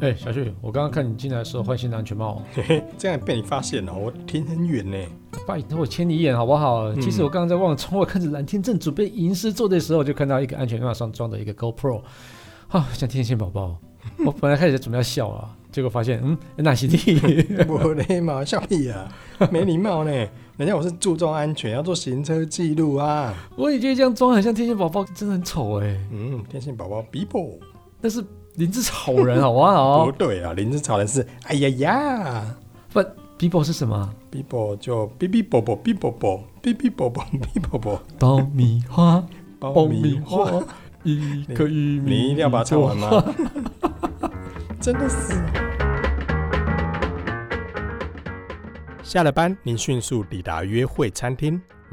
哎、小旭，我刚刚看你进来的时候换新的安全帽、哦，嘿嘿， 这样被你发现了，哦我听很远呢。拜托我瞥你一眼好不好？嗯其实我刚刚在望窗外看着蓝天，正准备吟诗作对的时候，就看到一个安全帽上装的一个 GoPro，啊，像天线宝宝。我本来开始准备要笑啊，结果发现，嗯，纳西 蒂，我嘞嘛，笑屁啊，没礼貌呢。人家我是注重安全，要做行车记录啊。我也觉得这样装很像天线宝宝，真的很丑哎、嗯，天线宝宝 Bibo，、但是林志是好人，好不不 好对啊，林子草人是哎呀呀？Bibo 是什么？ ，Bibo 就哔哔啵啵哔啵啵哔哔啵啵哔啵啵爆米 花，爆爆米花，一颗玉米，你一定要把它唱完吗？吗？ 真的是。下了班，您迅速抵达约会餐厅，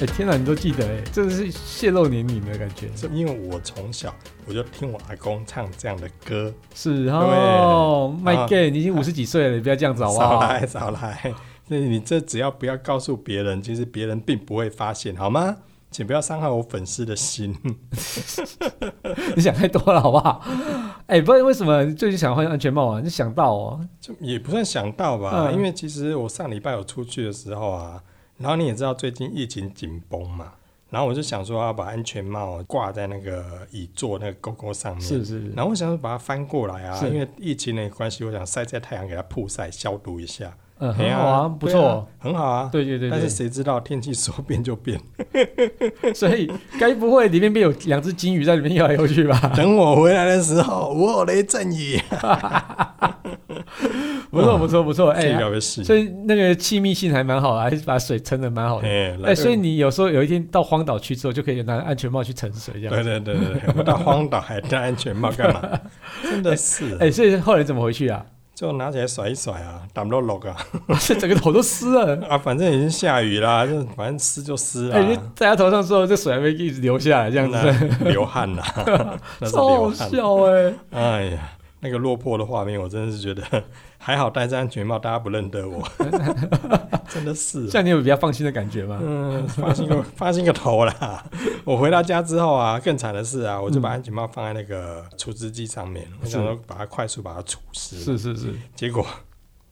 哎、天哪，你都记得哎、真的是泄露年龄的感觉。这因为我从小我就听我阿公唱这样的歌，是哦，My 啊 God，你已经五十几岁了，你不要这样子好不啊 少好？来少来，那你这只要不要告诉别人，其实别人并不会发现，好吗？请不要伤害我粉丝的心。你想太多了好不 好？哎、不然为什么最近想换安全帽啊？你想到哦，就也不算想到吧，嗯因为其实我上礼拜有出去的时候啊，然后你也知道最近疫情紧绷嘛，然后我就想说要把安全帽啊挂在那个椅座那个钩钩上面，是不是？然后我想说把它翻过来啊，是因为疫情的关系，我想晒晒太阳给它曝晒消毒一下，嗯，哎很呀好啊，不对啊错。很好啊。对对对但是 对，谁知道天气说变就 变？所以该不会里面边有两只金鱼在里面游来游去吧？等我回来的时候，我有雷阵雨， 不错不错不错，哎、这个是。所以那个气密性还蛮好的，还是把水撑的蛮好的。哎哎、所以你有时候有一天到荒岛去之后，就可以拿安全帽去盛水这对样。对对对对，我到荒岛还戴安全帽干嘛？真的是。哎、所以后来怎么回去啊？ 就拿起来甩一甩啊，打不到 log 啊，这整个头都湿了。啊，反正已经下雨啦，就反正湿就湿啦，哎、你在他头上之后，这水还会一直流下来，这样子，那流汗啦，啊 那是超好流汗，笑哎、哎呀，那个落魄的画面，我真的是觉得还好戴着安全帽，大家不认得我，真的是这。样你有比较放心的感觉吗？嗯，放心个放心个头啦！我回到家之后啊，更惨的是啊，我就把安全帽放在那个除湿机上面，我想说把它快速把它除湿，是是是，结果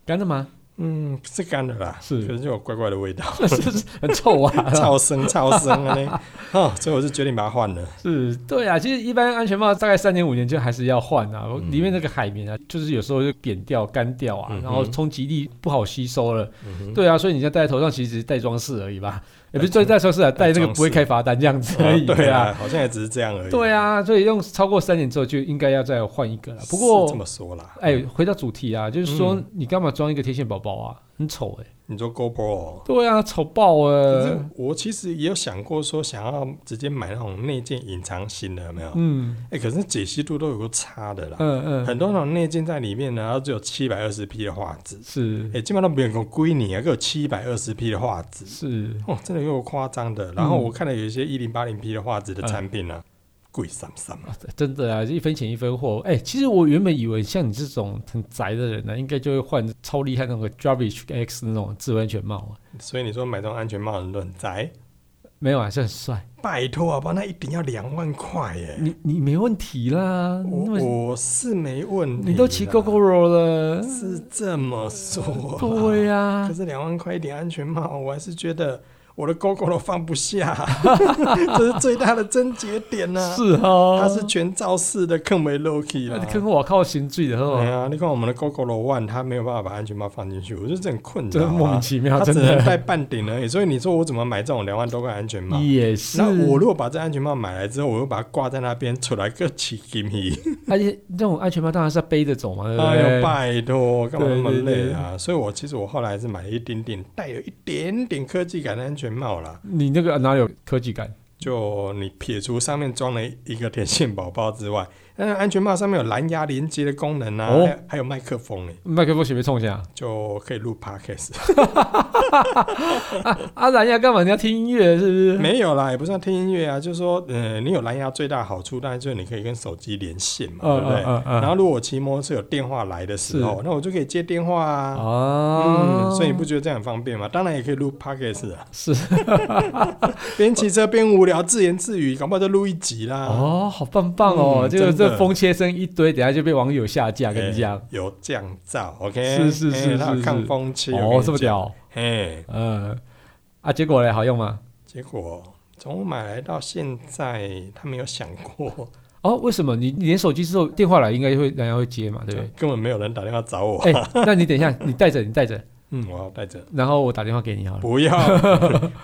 干的吗？ 嗯是干的啦，是可是就有怪怪的味道。 是是很臭 啊。超生超生的呢， 哦，所以我就决定把它换了。是，对啊，其实一般安全帽大概三年五年就还是要换啊，里面那个海绵啊，就是有时候就扁掉、干掉啊，嗯哼然后冲击力不好吸收了，嗯哼对啊，所以你现在戴在头上其实只是戴装饰而已吧，也不是戴戴装饰啊，戴那个不会开罚单这样子而已。哦对啊，啊，好像也只是这样而已。对啊，啊，所以用超过三年之后就应该要再换一个了。不过这，么说啦，哎，回到主题啊，就是说嗯你干嘛装一个天线宝宝啊？很丑哎。你说 GoPro，哦对啊，丑爆可了是。我其实也有想过说，想要直接买那种内建隐藏型的，有没有？嗯哎，可是解析度都有个差的啦，嗯嗯，很多那种内建在里面呢，然后只有七百二十 P 的画质，是哎，基本上没有人归你啊，给我七百二十 P 的画质，是，哦，真的有夸张的。然后嗯我看了有一些一零八零 P 的画质的产品呢，贵三三啊啊，真的啊，一分钱一分货。哎，其实我原本以为像你这种很宅的人呢、应该就会换超厉害那个 Jarvis X 那种智慧安全帽啊。所以你说买这种安全帽的人都很宅。没有啊，还是很帅。拜托啊好不好？那一顶要两万块耶！你你没问题啦，那么我我是没问题啦，你都骑 GoGoRo 了，是这么说啦， 对啊呀、可是两万块一顶安全帽，我还是觉得我的 GoGo 都放不下， 这是最大的症结点呐、是哦，它是全罩式的，更没 Loki 啊你。了看我靠行醉的对哦，啊，你看我们的 GoGo One，它没有办法把安全帽放进去，我觉得这很困真扰、的莫名啊。其 妙，它只真能的戴半顶而已，所以你说我怎么买这种两万多块安全帽？也是。那我如果把这安全帽买来之后，我又把它挂在那边，出来个起金鱼。而且这种安全帽当然是要背着走嘛，对不哎对？呦，拜托，干嘛那么累啊？所以我其实我后来是买了一点点带有一点点科技感的安全帽啦。你啊那个哪有科技感？就你撇除上面装了一个天线宝宝之外， 但是安全帽上面有蓝牙连接的功能啊，哦还有还有麦克风呢，麦克风前面冲一下就可以录 podcast。啊！蓝牙干嘛？你要听音乐是不 是？没有啦，也不是要听音乐啊，就是说，呃，你有蓝牙最大好处，当然就是你可以跟手机连线嘛，对不对？嗯嗯然后如果我骑摩托车有电话来的时候，那我就可以接电话啊。啊，嗯，所以你不觉得这样很方便吗？当然也可以录 podcast 啊，是边骑车边无聊自言自语，搞不好就录一集啦。哦，好棒棒哦！啊嗯这个真的这风切声一堆，等下就被网友下架，跟你讲。有降噪，OK，是是哎是它有是抗是风期哦，这么，屌，哎，嗯啊，结果嘞，好用吗？结果从我买来到现在，他没有想过，哦，为什么你你连手机之后电话来，应该会人家会接嘛，对不对？ 根本没有人打电话找我，哎、那你等一下，你带着，你带着，嗯，我要带着。然后我打电话给你好了。 不要，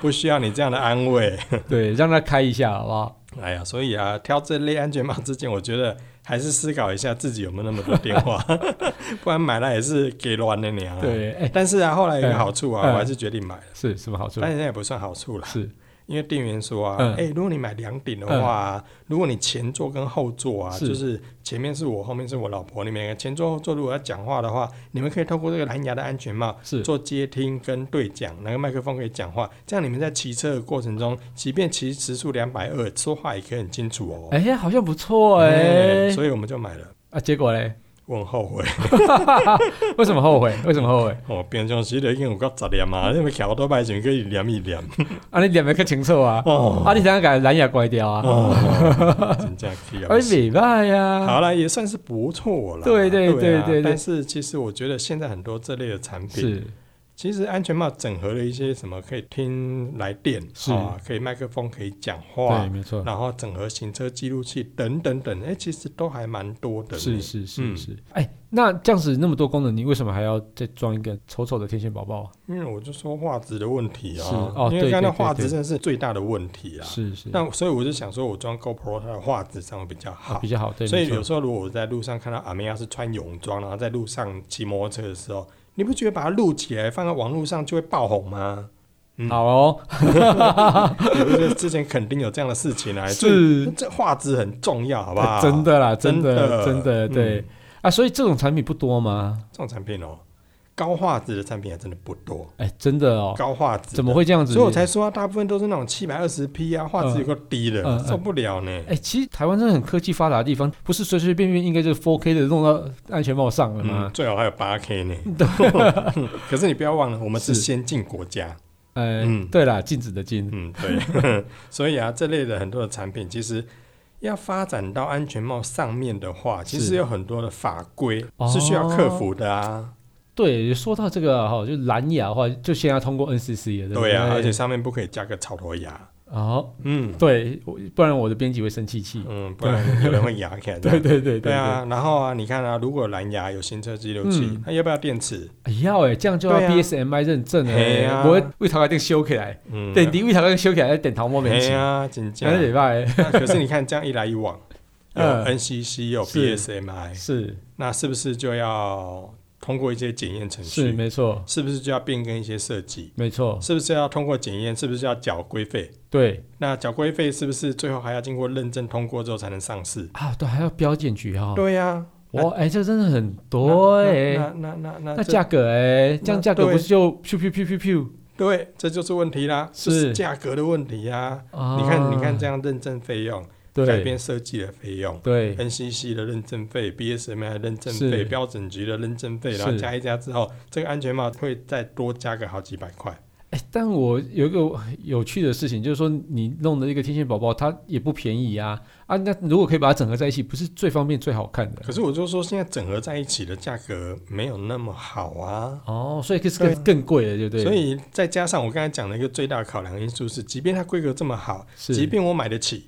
不需要你这样的安慰。 对，让他开一下，好不好？哎呀，所以啊，挑这类安全帽之前，我觉得还是思考一下自己有没有那么多电话， 不然买来也是给乱的你啊。。对，哎、但是啊，后来有个好处啊，嗯嗯我还是决定买了。是什么好处？但现在也不算好处了，是因为店员说啊，哎、嗯如果你买两顶的话啊、如果你前座跟后座啊，是就是前面是我，后面是我老婆，你们两个前座后座如果要讲话的话，你们可以透过这个蓝牙的安全帽是，做接听跟对讲，那个麦克风可以讲话，这样你们在骑车的过程中，即便骑时速两百二，说话也可以很清楚哦。哎、呀，好像不错哎、嗯所以我们就买了。 啊，结果嘞，我很后悔，为什么后悔？为什么后悔？哦，平常时就已经有够杂念啊嘛，你们桥多摆钱可以念一念。啊，你脸没看清楚啊？哦 啊，你想想改蓝牙关掉啊？哦，真正气哎、啊！礼拜呀，好了，也算是不错了。对对对啊对对对但是其实我觉得现在很多这类的产品，是其实安全帽整合了一些什么可以听来电，是啊，可以麦克风，可以讲话，对，没错，然后整合行车记录器等等等，哎、其实都还蛮多的呢。是是是嗯是。哎、那这样子那么多功能，你为什么还要再装一个丑丑的天线宝宝啊？因为我就说画质的问题啊，是哦因为对刚刚对对画质对真的是最大的问题啊。是是，那所以我就想说，我装 GoPro 它的画质上会比较好啊比。较好，对，所以没错有时候如果我在路上看到阿梅亚是穿泳装，然后在路上骑摩托车的时候，你不觉得把它录起来放在网络上就会爆 红吗？嗯好哦，你不觉得之前肯定有这样的事情啊？所以是哎这画质很重要，好不好？ 真的啦，真真的的真的嗯对啊，所以这种产品不多吗？这种产品哦，高画质的产品还真的不多，哎，真的哦，高画质的怎么会这样子？所以我才说啊，大部分都是那种七百二十 P 啊，画质有够低的，嗯嗯受不了呢。哎，其实台湾真的很科技发达的地方，不是随随便便应该就是 4K 的弄到安全帽上了嗯吗，？最好还有八 K 呢。 可是你不要忘了，我们是是先进国家。嗯嗯，对啦，禁止的禁，嗯，对。 所以啊，这类的很多的产品，其实要发展到安全帽上面的话，其实是有很多的法规哦是需要克服的啊。对，说到这个哈，就蓝牙的话，就先要通过 NCC 了，对不对啊，而且上面不可以加个草头牙。哦，嗯对，我不然我的编辑会生气气。嗯，不然有人会牙起来。对对对对，啊，然后啊，你看啊，如果有蓝牙有行车记录器嗯，那要不要电池？哎要哎，这样就要对啊 BSMI 认证了嘿欸，啊我会为头壳顶修起来。嗯，对，你为头壳顶修起来，要点头毛面哎前。呀，真两个正。礼拜那可是你看，这样一来一往，有嗯 NCC 有是 BSMI，是那是不是就要通过一些检验程是序？没错是不是就要变更一些设计？没错，是不是要通过检验？是不是要缴规费？对那缴规费是不是最后还要经过认证通过之后才能上市？啊，对，还要标检局哈、对呀、哇，哎、这真的很那多哎、那那那那那这价格哎、这样价格对不是就 p 噗噗噗噗对，这就是问题啦，是就是价格的问题呀、啊？你看，你看这样认证费用、改对变设计的费用、对 NCC 的认证费、BSMI 的认证是费、标准局的认证费，然后是加一加之后，这个安全帽会再多加个好几百块。哎、但我有一个有趣的事情，就是说你弄的一个天线宝宝，它也不便宜啊啊！那如果可以把它整合在一起，不是最方便最好看的可是我就说，现在整合在一起的价格没有那么好啊。哦？所以这是对更更贵了，对不对？所以再加上我刚才讲的一个最大的考量因素是，即便它规格这么好，是即便我买得起，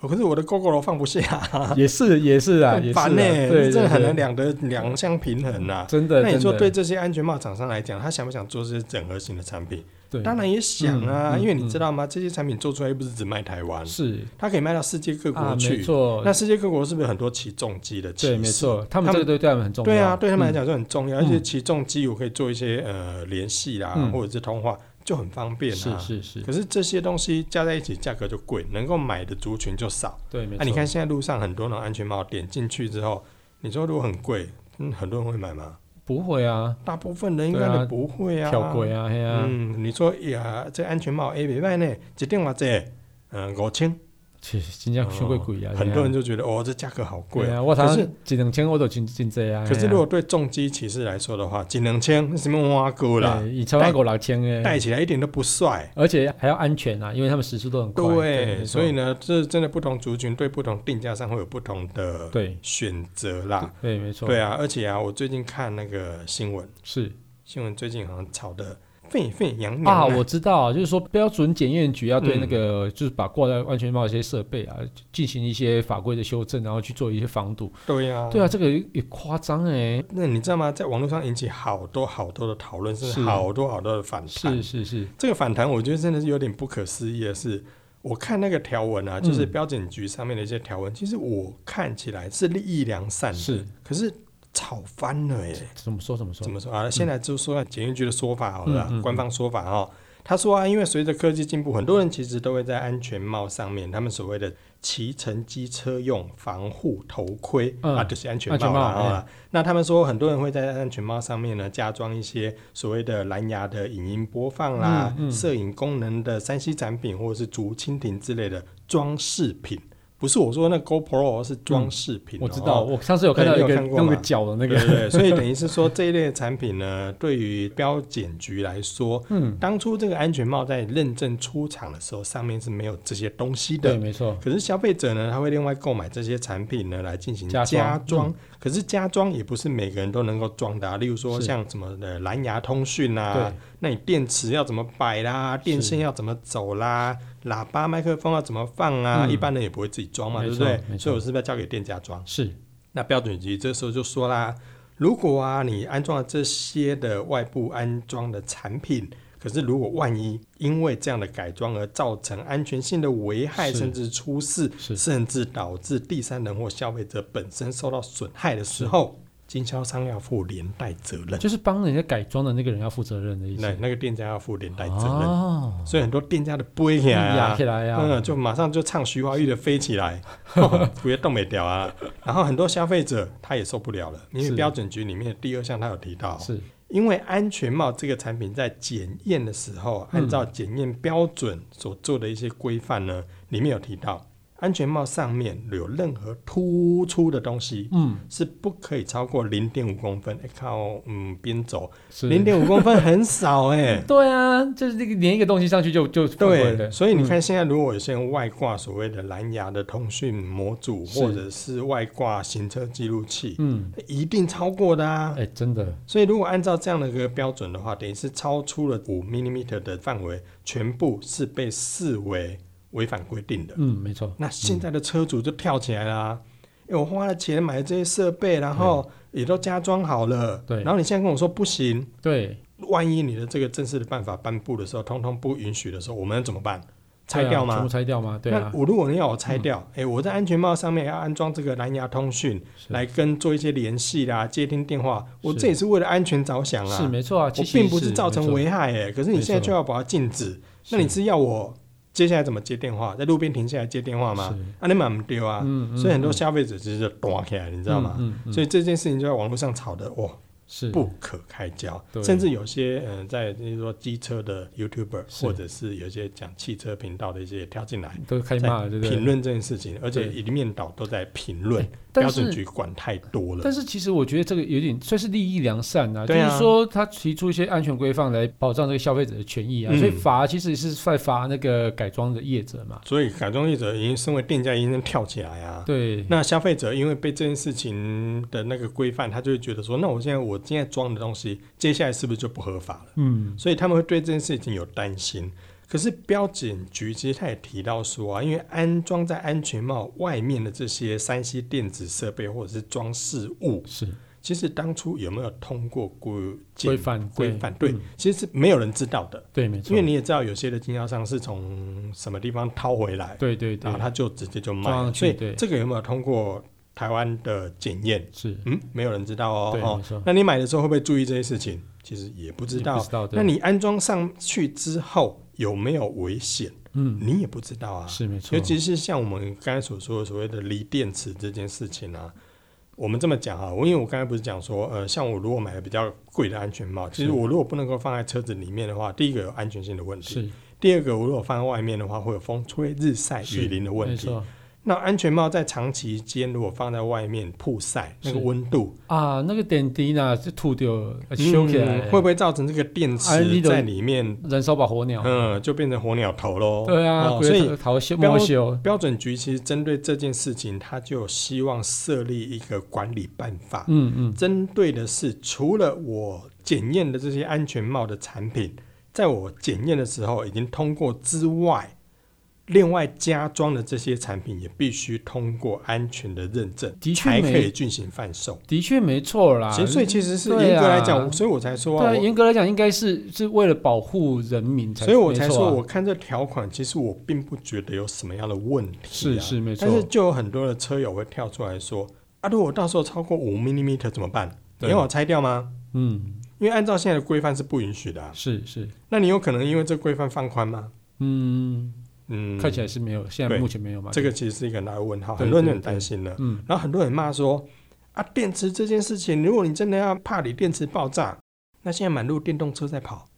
哦可是我的 GoGo 楼放不下，也是也是啊，也很是啊烦呢、欸对对真的很对难两得两相平衡呐、啊真的。那你真说的对这些安全帽厂商来讲，他想不想做这些整合型的产品？对，当然也想啊，嗯嗯因为你知道吗？这些产品做出来又不是只卖台湾，是它可以卖到世界各啊，国没去。错，那世界各国是不是有很多起重机的骑士？对，没错，他们他这们个对对他们很重要，对啊，对他们来嗯讲就很重嗯要，而且起重机我可以做一些呃联系啦，嗯或者是通话，就很方便是啊。是是，可是这些东西加在一起价格就贵，能够买的族群就少。对，没那、错，啊你看现在路上很多那种安全帽，点进去之后，你说如果很贵，嗯，很多人会买吗？不会啊，大部分人应对该啊都不会啊。跳轨啊，嘿啊，嗯，你说呀，这安全帽哎，别卖呢，一定话这，嗯，五千，其实新疆富贵贵啊，哦很多人就就觉得哦，这价格好贵对啊，我常可常是一两千我都进进这啊，可是嘿啊如果对重机骑士来说的话，一两千那什么蛙哥啦，对，以超过五六千戴诶，起来一点都不帅。而且还要安全啊，因为他们时速都很快，没对，错所以呢，这真的不同族群对不同定价上会有不同的对选择啦。对，没错，对啊，而且啊，我最近看那个新闻，是新闻最近好像炒的沸沸扬扬啊，啊我知道，就是说标准检验局要对嗯那个、就是把挂在安全帽的一些设备啊，进行一些法规的修正，然后去做一些防堵。对啊，对啊，这个也也夸张哎，那你知道吗？在网络上引起好多好多的讨论，甚是至好多好多的反弹是。是是，这个反弹，我觉得真的是有点不可思议的是，我看那个条文啊，就是嗯标准局上面的一些条文，其实我看起来是利益良善的，是，可是吵翻了耶。怎么说怎么说怎？么说啊？现在就说检验局的说法好了啊，嗯嗯嗯官方说法哦。他说啊，因为随着科技进步，很多人其实都会在安全帽上面，他们所谓的骑乘机车用防护头盔、嗯啊，就是安全安全帽帽哎啦啊。那他们说，很多人会在安全帽上面呢加装一些所谓的蓝牙的影音播放啦、嗯嗯摄、影功能的三 C 产品，或者是竹蜻蜓之类的装饰品。不是我说那 GoPro 哦是装饰品、我知哦道，我上次有看到对一你有个看过弄个吗脚的那对对个， 对，所以等于是说这一类的产品呢，对于标检局来说，嗯，当初这个安全帽在认证出厂的时候，上面是没有这些东西对，的。没错，可是消费者呢，他会另外购买这些产品呢来进行加加装嗯装。可是加装也不是每个人都能够装的、啊，例如说是像什么的蓝牙通讯啊对，那你电池要怎么摆啦，电线要怎么走啦，喇叭、麦克风要怎么放啊，嗯一般人也不会自己装嘛，没对不错对没？错所以我是不是要交给店家装？是那标准局这时候就说啦，如果啊你安装了这些的外部安装的产品，可是如果万一因为这样的改装而造成安全性的危害，是甚至出事，是甚至导致第三人或消费者本身受到损害的时候，经销商要负连带责任，就是帮人家改装的那个人要负责任的意思那，那个店家要负连带责任。哦，所以很多店家的不会起来压啊起，来呀、嗯，就马上就唱徐怀钰的飞起来，哦 不要动没掉啊。然后很多消费者他也受不了了，因为是标准局里面的第二项他有提到，是因为安全帽这个产品在检验的时候，嗯按照检验标准所做的一些规范呢，里面有提到，安全帽上面有任何突出的东西。嗯是不可以超过零点五公分，哎、靠，嗯，边走是零点五公分很少哎、 对啊，就是那个连一个东西上去就就犯规对，了所以你看，现在如果有些人外挂所谓的蓝牙的通讯模组，是或者是外挂行车记录器，嗯，一定超过的啊哎、。真的所以如果按照这样的一个标准的话，等于是超出了五 m m 的范围，全部是被视为违反规定的。嗯，没错，那现在的车主就跳起来啦、哎我花了钱买这些设备，然后也都加装好了，对然后你现在跟我说不行，对，万一你的这个正式的办法颁布的时候，通通不允许的时候，我们怎么办？拆对啊掉吗？全部拆掉吗？对啊嗯那，我如果你要我拆掉，哎、我在安全帽上面要安装这个蓝牙通讯，是来跟做一些联系啦、接听电话，我是这也是为了安全着想啊。是没错啊，我其实并不是造成危害哎、可是你没错现在就要把它禁止，是那你是要我接下来怎么接电话？在路边停下来接电话吗是？啊，你蛮不丢啊。嗯，嗯所以很多消费者其实就躲起来，你知道吗？嗯嗯嗯所以这件事情就在网络上吵得哇是不可开交，对甚至有些嗯、呃在就是说机车的 YouTuber 是或者是有些讲汽车频道的一些也跳进来，都开骂了，对不对？评论这件事情，而且对一面倒都在评论哎，但标准是局管太多了但。是其实我觉得这个有点算是利益良善啊，就对啊是说他提出一些安全规范来保障这个消费者的权益啊，嗯所以罚其实是在罚那个改装的业者嘛，所以改装业者已经身为店家已经跳起来啊。对，那消费者因为被这件事情的那个规范，他就会觉得说，那我现在我现在装的东西，接下来是不是就不合法了？嗯，所以他们会对这件事情有担心。可是标检局其实他也提到说啊，因为安装在安全帽外面的这些三 C 电子设备或者是装饰物，是其实当初有没有通过规规范规范？对嗯，其实是没有人知道的，对，没错，因为你也知道，有些的经销商是从什么地方掏回来，对对对然后，他就直接就卖装了，上去所以对这个有没有通过台湾的检验？是，嗯，没有人知道哦。对，哦没错，那你买的时候会不会注意这些事情？其实也不知也道。不知道，对那你安装上去之后有没有危险？嗯，你也不知道啊。是没错，尤其是像我们刚才所说的所谓的锂电池这件事情啊，我们这么讲啊，我因为我刚才不是讲说，呃，像我如果买了比较贵的安全帽，其是实我如果不能够放在车子里面的话，第一个有安全性的问题，是第二个我如果放在外面的话，会有风吹日晒是雨淋的问没题。错那安全帽在长期间如果放在外面曝晒，那个是温度啊，那个点滴呢，就吐掉，呃嗯修起来，会不会造成这个电啊你池懂在里面，燃烧把火鸟？嗯，就变成火鸟头喽？哦对啊，哦所以讨修标莫修，标准局其实针对这件事情，它就有希望设立一个管理办法，嗯嗯，针对的是除了我检验的这些安全帽的产品，在我检验的时候已经通过之外，另外加装的这些产品也必须通过安全的认证，的确才没可以进行贩售。的确没错啦。其实，所以其实是对啊严格来讲，所以我才说啊，对，我严格来讲，应该是是为了保护人民才，所以我才没错说，啊我看这条款，其实我并不觉得有什么样的问题、啊。是是没错但，是就有很多的车友会跳出来说：“啊，如果到时候超过五 m m 怎么办？你对要我拆掉吗嗯，？”因为按照现在的规范是不允许的、啊。是是，那你有可能因为这规范放宽吗？嗯，嗯，看起来是没有，现在对目前没有嘛？这个其实是一个很大的问号，对很多人对很担心了。嗯，然后很多人骂说：“啊，电池这件事情，如果你真的要怕你电池爆炸，那现在满路电动车在跑，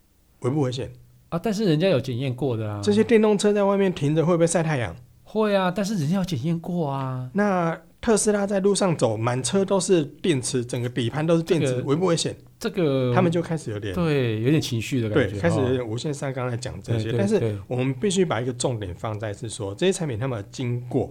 危不危险？啊，但是人家有检验过的啊，这些电动车在外面停着会不会晒太阳？”会啊，但是人家有检验过啊，那特斯拉在路上走，满车都是电池，整个底盘都是电池，这个呃危不危险？这个他们就开始有点对有点情绪的感对觉，开始有哦点无限上纲来讲这些。对对但是对我们必须把一个重点放在是说，这些产品他们经过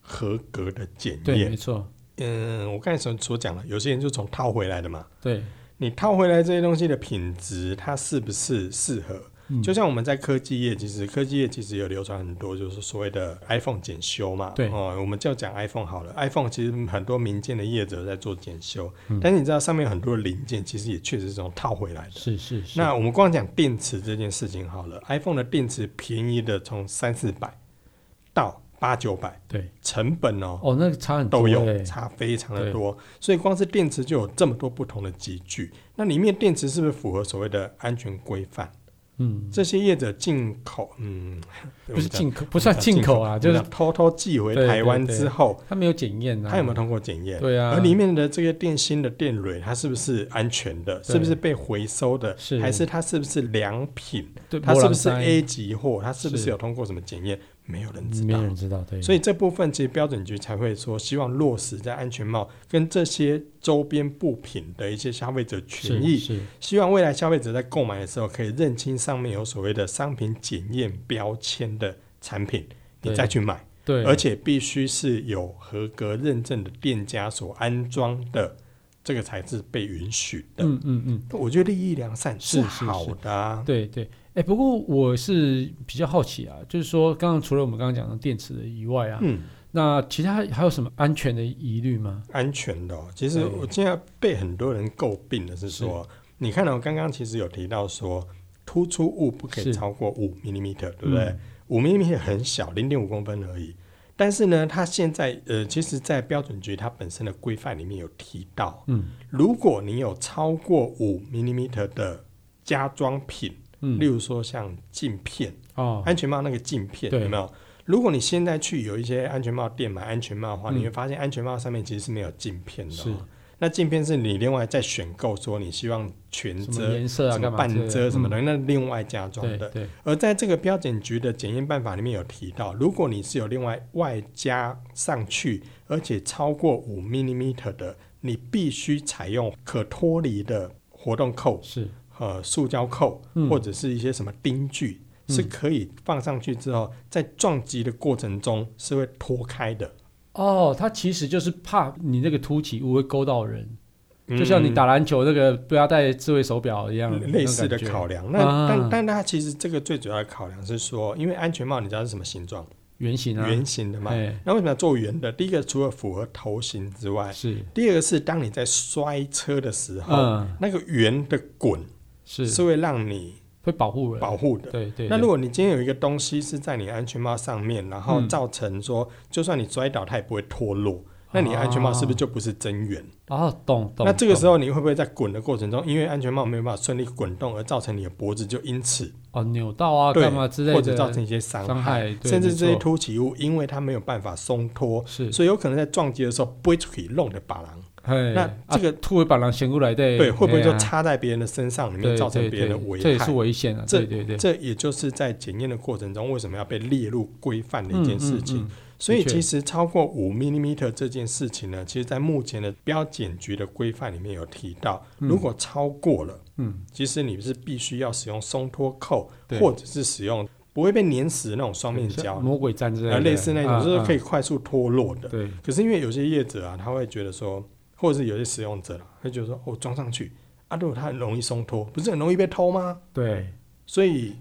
合格的检对，没验。错，嗯，我刚才所所讲了，有些人就从套回来的嘛。对，你套回来这些东西的品质，它是不是适合？嗯就像我们在科技业，其实科技业其实有流传很多，就是所谓的 iPhone 检修嘛。对哦、我们就讲 iPhone 好了。iPhone 其实很多民间的业者在做检修，嗯但是你知道上面有很多零件其实也确实是从套回来的。是是是，那我们光讲电池这件事情好了，iPhone 的电池便宜的从三四百到八九百，对成本哦哦，那个差很多都有欸差非常的多，所以光是电池就有这么多不同的集聚。那里面电池是不是符合所谓的安全规范？嗯，这些业者进口，嗯，不是我们讲进口，不算进口啊，就我是们讲偷偷寄回台湾之后，他没有检验啊，它有没有通过检验？对啊，而里面的这个电芯的电蕊，它是不是安全的？对是不是被回收的？是还是它是不是良品？对它是不是波浪塞 A 级货？它是不是是有通过什么检验？没有人知没道有。人知道，对，所以以这部分其实标准局才会说，希望落实在安全帽跟这些周边布品的一些消费者权益，是希望未来消费者在购买的时候可以认清上面有所谓的商品检验标签的产品，你对再去买，对，而且必须是有合格认证的店家所安装的，这个才是被允许的。嗯嗯嗯，我觉得利益良善是是好的、啊，对对，哎，不过我是比较好奇啊，就是说，刚刚除了我们刚刚讲的电池的以外啊，嗯，那其他还有什么安全的疑虑吗？安全的、哦。其实对我现在被很多人诟病的是说，你看到、哦我刚刚其实有提到说，突出物不可以是超过五 m m 对不对嗯？五 m m 很小，零点五公分而已。但是呢，它现在呃，其实，在标准局它本身的规范里面有提到，嗯如果你有超过五 m m 的加装品，例嗯，如说像镜片、哦，安全帽那个镜片，对有没有？如果你现在去有一些安全帽店买安全帽的话，嗯你会发现安全帽上面其实是没有镜片的、哦。是那镜片是你另外再选购，说你希望全什么遮、颜色啊，什么干嘛之类半的遮什么嗯的，那另外加装对的。对，而在这个标检局的检验办法里面有提到，如果你是有另外外加上去，而且超过五 m m 的，你必须采用可脱离的活动扣是，呃塑胶扣嗯或者是一些什么钉具，嗯是可以放上去之后，在撞击的过程中是会脱开的。哦，它其实就是怕你那个凸起物会勾到人。嗯就像你打篮球那个不要戴智慧手表一样，嗯类似的考虑。量，那、啊但但它其实这个最主要的考量是说，因为安全帽你知道是什么形状？圆形啊，圆形的嘛。哎，那为什么要做圆的？第一个，除了符合头型之外，是，第二个是当你在摔车的时候，嗯，那个圆的滚是是会让你会保护人，保护的。对对。那对如果你今天有一个东西是在你安全帽上面，然后嗯造成说，就算你摔倒，它也不会脱落，那你的安全帽是不是就不是真圆？哦，懂懂。那这个时候候你会不会在滚的过程中，因为安全帽没有办法顺利滚动，而造成你的脖子就因此哦，扭到啊，对干嘛之类的，或者造成一些伤伤害对甚至没这些错凸起物，因为它没有办法松脱，是，所以有可能在撞击的时候不会出去弄的把郎，嘿，那这个啊突然把人掀过来的，对，会不会就嘿啊插在别人的身上里面，对造成对别人的对危害？这也是危险啊，这对对对，这也就是在检验的过程中，为什么要被列入规范的一件事情。嗯嗯嗯所以的确其实超过五 m m 这件事情呢，其实在目前的标检局的规范里面有提到，嗯如果超过了，嗯，其实你是必须要使用松脱扣，对或者是使用不会被粘死的那种双面胶嗯像，啊魔鬼战之类呃，的，类似那种就是可以，以快速脱落的。对，可是因为有些业者啊，他会觉得说，或者是有些使用者啦，会觉得说，哦，装上去啊，如果它很容易松脱，不是很容易被偷吗？对，所以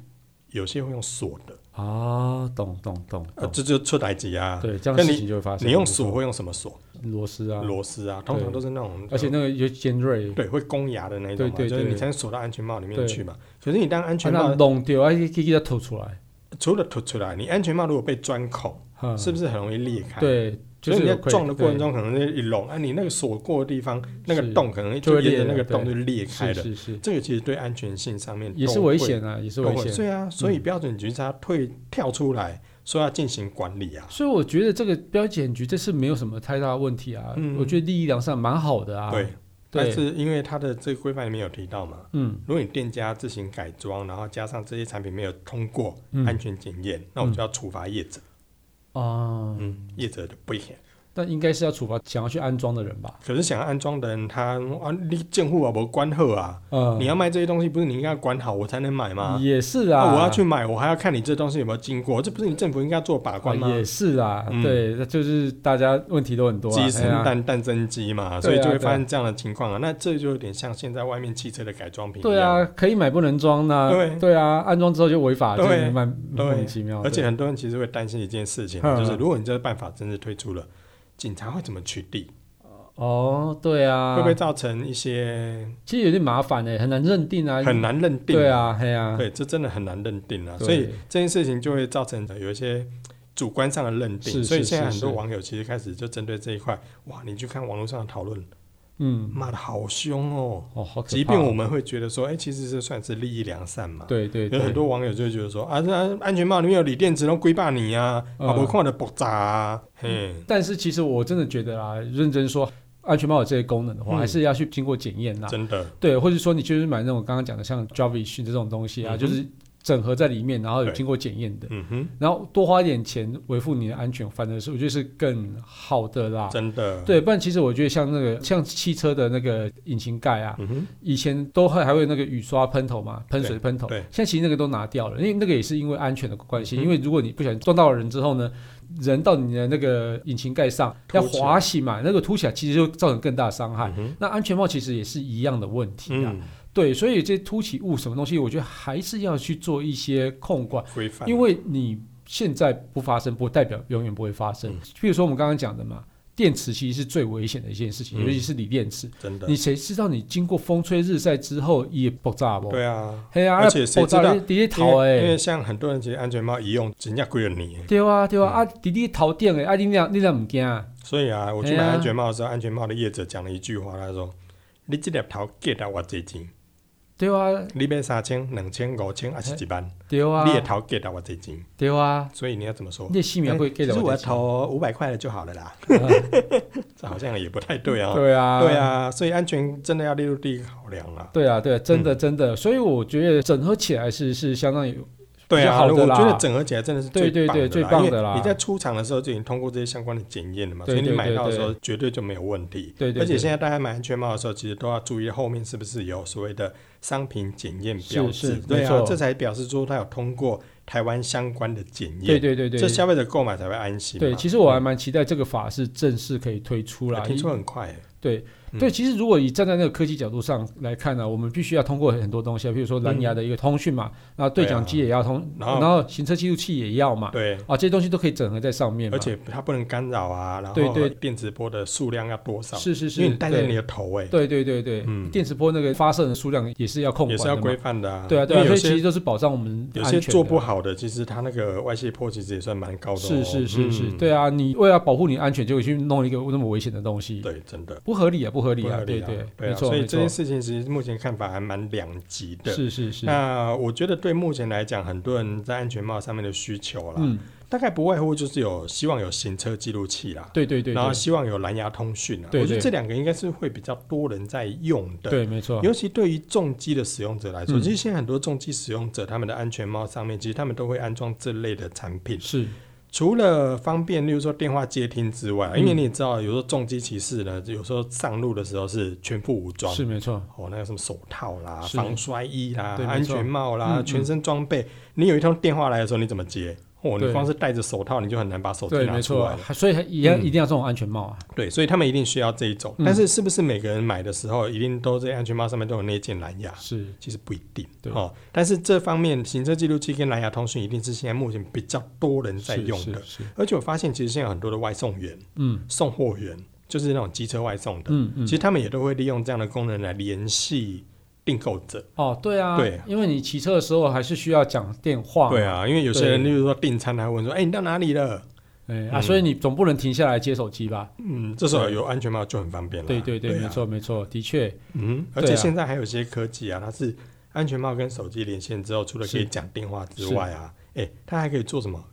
有些会用锁的，啊，懂懂懂呃，懂，这就出代机啊。对，这样那的你事情就会发生。你用没错锁会用什么锁？螺丝啊，螺丝啊，通常都是那种，而且那个有尖锐，啊对会弓牙的那一种嘛，对对就是对你才能锁到安全帽里面对去嘛。可是你当安啊全帽、那弄掉，而且给它吐出来，除了凸出来，你安全帽如果被钻孔，嗯是不是很容易裂开？。对，就所以是你在有亏撞的过程对中，可能是一拢，啊，你那个锁过的地方，那个是洞可能就会沿着裂那个了洞就对裂开是了。是是，这个其实对安全性上面也是都会危险啊，也是都危会险。嗯对啊，所以标准局它退跳出来说要进行管理啊，所以我觉得这个标检局这是没有什么太大的问题啊，嗯我觉得利益良善蛮好的啊。对，但对，是因为它的这个规范里面有提到嘛，嗯如果你店家自行改装，然后加上这些产品没有通过嗯安全检验，那我就要处罚业者。啊，嗯，业者就不行。但应该是要处罚想要去安装的人吧？可是想要安装的人，他啊，你政府啊，我关好啊，嗯，你要卖这些东西，不是你应该管好我才能买吗？也是那、啊，我要去买，我还要看你这东西有没有经过，这不是你政府应该做把啊关吗？也是啊，嗯对，那就是大家问题都很多、啊，鸡生哎呀蛋，蛋生鸡嘛，啊所以就会发生这样的情况啊。那这就有点像现在外面汽车的改装品一对样。啊，可以买不能装呐、对啊，安装之后就违法，对就是蛮对莫名其妙的，而且很多人其实会担心一件事情，嗯就是如果你这个办法真的推出了，警察会怎么取缔？哦，对啊，会不会造成一些其实有点麻烦呢、很难认定啊，很难认定？对，啊，嘿啊，对，这真的很难认定啊。对所以这件事情就会造成有一些。主观上的认定，是所以是现在是很多是网友其实开始就针对这一块，哇，你去看网络上的讨论，嗯，骂的好凶哦。哦，好可怕，即便我们会觉得说，哎、其实这算是利益良善嘛。对对有对，很多网友就会觉得说啊，这安安全帽里面有锂电池，都规霸你啊，嗯啊，不看的爆炸啊，嘿，但是其实我真的觉得啊，认真说，安全帽有这些功能的话，嗯还是要去经过检验啦。真的，对，或者说你就是买那种刚刚讲的像 Javish 这种东西啊，嗯哼就是整合在里面，然后有对经过检验的，嗯哼，然后多花一点钱维护你的安全，反而是我觉得是更好的啦。真的，，啊对，不然其实我觉得像那个像汽车的那个引擎盖啊，嗯哼，以前都会还会有那个雨刷喷头嘛，喷水喷头。对对现在其实那个都拿掉了，因为那个也是因为安全的关系。嗯因为如果你不小心撞到人之后呢，人到你的那个引擎盖上凸要起来滑行嘛，那个凸起来其实就造成更大的伤害。嗯哼，那安全帽其实也是一样的问题啊。嗯，对，所以这些凸起物什么东西，我觉得还是要去做一些控管，规范，因为你现在不发生，不代表永远不会发生嗯。譬如说我们刚刚讲的嘛，电池其实是最危险的一件事情，嗯尤其是锂电池。真的你，谁知道你经过风吹日晒之后也爆炸不？对啊，嘿啊，而且谁爆炸知道你直接因逃为因诶为，像很多人其实安全帽一用，人家归了你，对啊对啊，啊嗯直接逃电诶，啊你俩你俩唔惊啊？所以啊，我去哎买呀安全帽的时候，安全帽的业者讲了一句话，他说：“你这粒头给到我几钱？对啊你买三千、两千、五千还是几万？对你啊的头给到我几钱？对啊，所以你要怎么说？”你的性命会给哎其到实我的要钱投五百块的就好了啦，啊 这好像也不太对啊。对啊对啊，所以安全真的要列入第一个考量啦。对啊，对啊，真嗯的真的，所以我觉得整合起来是是相当有对比较啊，好的我啦觉得整合起来真的是最对对棒的对啦最棒的因啦为你在出厂的时候就已经通过这些相关的检验了嘛，所对以你对买对到的时对候绝对就没有问题。对对而且对现在大家买安全帽的时候，其实都要注意后面是不是有所谓的商品检验标是志是。对没啊错，这才表示说它有通过台湾相关的检对验，对对对这消费者购买才会安心嘛。嗯对，其实我还蛮期待这个法是正式可以推出哎来。听说很快欸，对，对，其实如果以站在那个科技角度上来看呢、我们必须要通过很多东西啊，比如说蓝牙的一个通讯嘛，然后对讲机也要通，对啊嗯然后然后行车记录器也要嘛，对，啊，这些东西都可以整合在上面嘛。而且它不能干扰啊，然对后对电磁波的数量要多少？是是是，因为你戴在对你的头哎，对对对对，嗯电磁波那个发射的数量也是要控也管是的要嘛规范的啊。对啊对因啊，所为有以其实些都是保障我们有安些全做的不好的，其实它那个外泄破其实也算蛮高的是哦。是是是，嗯对啊，你为了保护你安全，结果去弄一个那么危险的东西，对，真的不合理啊，不合理不啊，合对理啊，没啊。错所以没这错件，事情其实目前看法还蛮两极的。是是是，那我觉得对目前来讲，很多人在安全帽上面的需求啦，嗯，大概不外乎就是有希望有行车记录器啦，对对对然后对，希望有蓝牙通讯啊。对我觉得对这两个应该是会比较多人在用的。对没错，尤其对于重机的使用者来说，嗯其实现在很多重机使用者他们的安全帽上面，其实他们都会安装这类的产品。是除了方便，例如说电话接听之外，嗯因为你也知道，有时候重机骑士呢，有时候上路的时候是全副武装，是没错，哦，那个什么手套啦、是防摔衣啦、对没错安全帽啦、嗯嗯全身装备，你有一通电话来的时候，你怎么接？哦，你对光是戴着手套，你就很难把手机对拿没出错来了。，所以还一样嗯一定要这种安全帽啊，对，所以他们一定需要这一种。嗯但是，是不是每个人买的时候，一定都在安全帽上面都有内建蓝牙？是其实不一定对哦，但是这方面行车记录器跟蓝牙通讯一定是现在目前比较多人在是用是的，是，而且我发现其实现在有很多的外送员、嗯送货员，就是那种机车外送的，嗯嗯其，实他们也都会利用这样的功能来联系订购者。哦对啊，对，因为你骑车的时候还是需要讲电话，对，啊，因为有些人，例对如说订餐，他会问说：“哎、你到哪里了哎啊，嗯所以你总不能停下来接手机吧？”？嗯，这时候有安全帽就很方便了。对对对，啊没。错没错，的确，嗯，而对且啊现在还有些科技啊，它是安全帽跟手机连线之后，除了可以是讲电话之外啊，哎、它还可以做什么？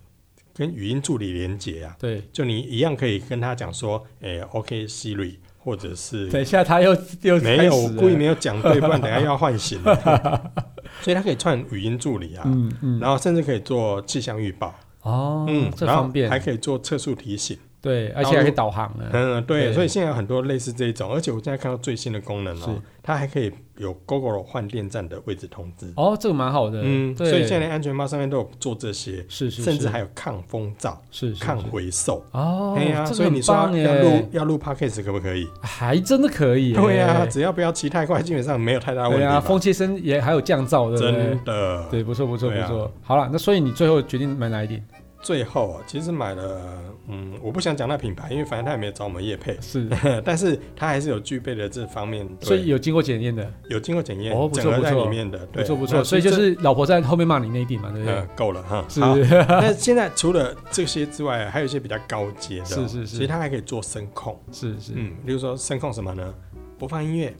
跟语音助理连接啊，对。就你一样可以跟他讲说，哎、o k Siri，或者是等一下，他又又 没开有，始我故意了没有讲对，不然等下又要唤 醒了。所以它可以串语音助理啊，嗯嗯，然后甚至可以做气象预报，哦，这嗯然后方便还，可以做测速提醒。对，而然且还后可以导航呢。嗯，对，对所以现在有很多类似这一种，而且我现在看到最新的功能哦是，它还可以有 Google 换电站的位置通知。哦，这个蛮好的，嗯，对，所以现在连安全帽上面都有做这些，是是，甚至是还有抗风罩、是是抗是回收。哦，哎呀，这所个以你很说棒要录耶，要录 podcast 可不可以？还真的可以耶，对呀，只要不要骑太快，基本上没有太大对问题啊，吧。风切声也还有降噪，对不对真？的。对，不错不错对不啊错。好了，那所以你最后决定买哪一顶？最后啊其实买了，嗯，我不想讲那品牌，因为反正他也没有找我们业配，呃是，但是他还是有具备了这方面，对所以有经过检验的，有经过检验，哦不错整合在不错里面的，不对，错不那错。所以就这是老婆在后面骂你那一顶嘛，对不呃对？够了哈。是 好，那现在除了这些之外，还有一些比较高阶的哦，是是是其实它还可以做声控，是是，嗯，比如说声控什么呢？播放音乐、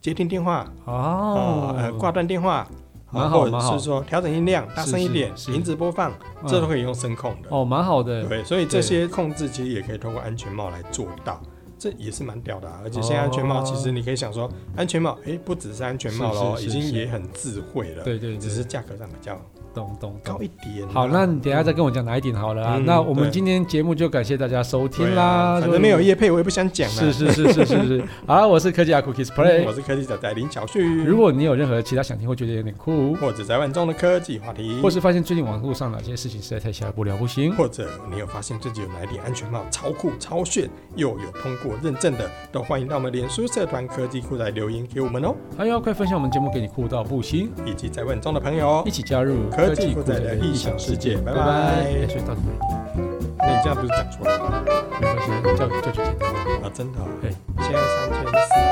接听电话、哦，呃，哦，挂断电话，哦蛮好或者蛮好是说调整音量，大声一是点，是停止播放，嗯这都可以用声控的。哦，蛮好的，对，所以这些控制其实也可以通过安全帽来做到，这也是蛮屌的、啊。而且现在安全帽，哦其实你可以想说，安全帽，诶，不只是安全帽喽，是已是是经也很智慧了，对对对，只是价格上比较懂懂懂高。一点啊、好，那你等一下再跟我讲哪一点好了啊。嗯那我们对今天节目就感谢大家收听对啦，啊，反正没有业配，我也不想讲是了。是是是是是。 好啦，我是科技阿 Cookies 嗯 Play 我。是科技仔仔林小旭，如果你有任何其他想听或觉得有点酷，或者宅晚中的科技话题，或是发现最近网络上哪些事情实在太瞎不了不行，或者你有发现自己有哪一顶安全帽超酷超炫，又有通过认证的，都欢迎到我们脸书社团科技酷仔留言给我们哦，还要快分享我们节目给你酷到不行，以及宅晚中的朋友哦一。起加入科技酷酷宅宅的的异异想想世世界。界拜拜拜拜。哎所以到底哪一那你这样不是讲出来了吗？点没关系，叫叫就简单。啊，真的、哦，对现在三千四。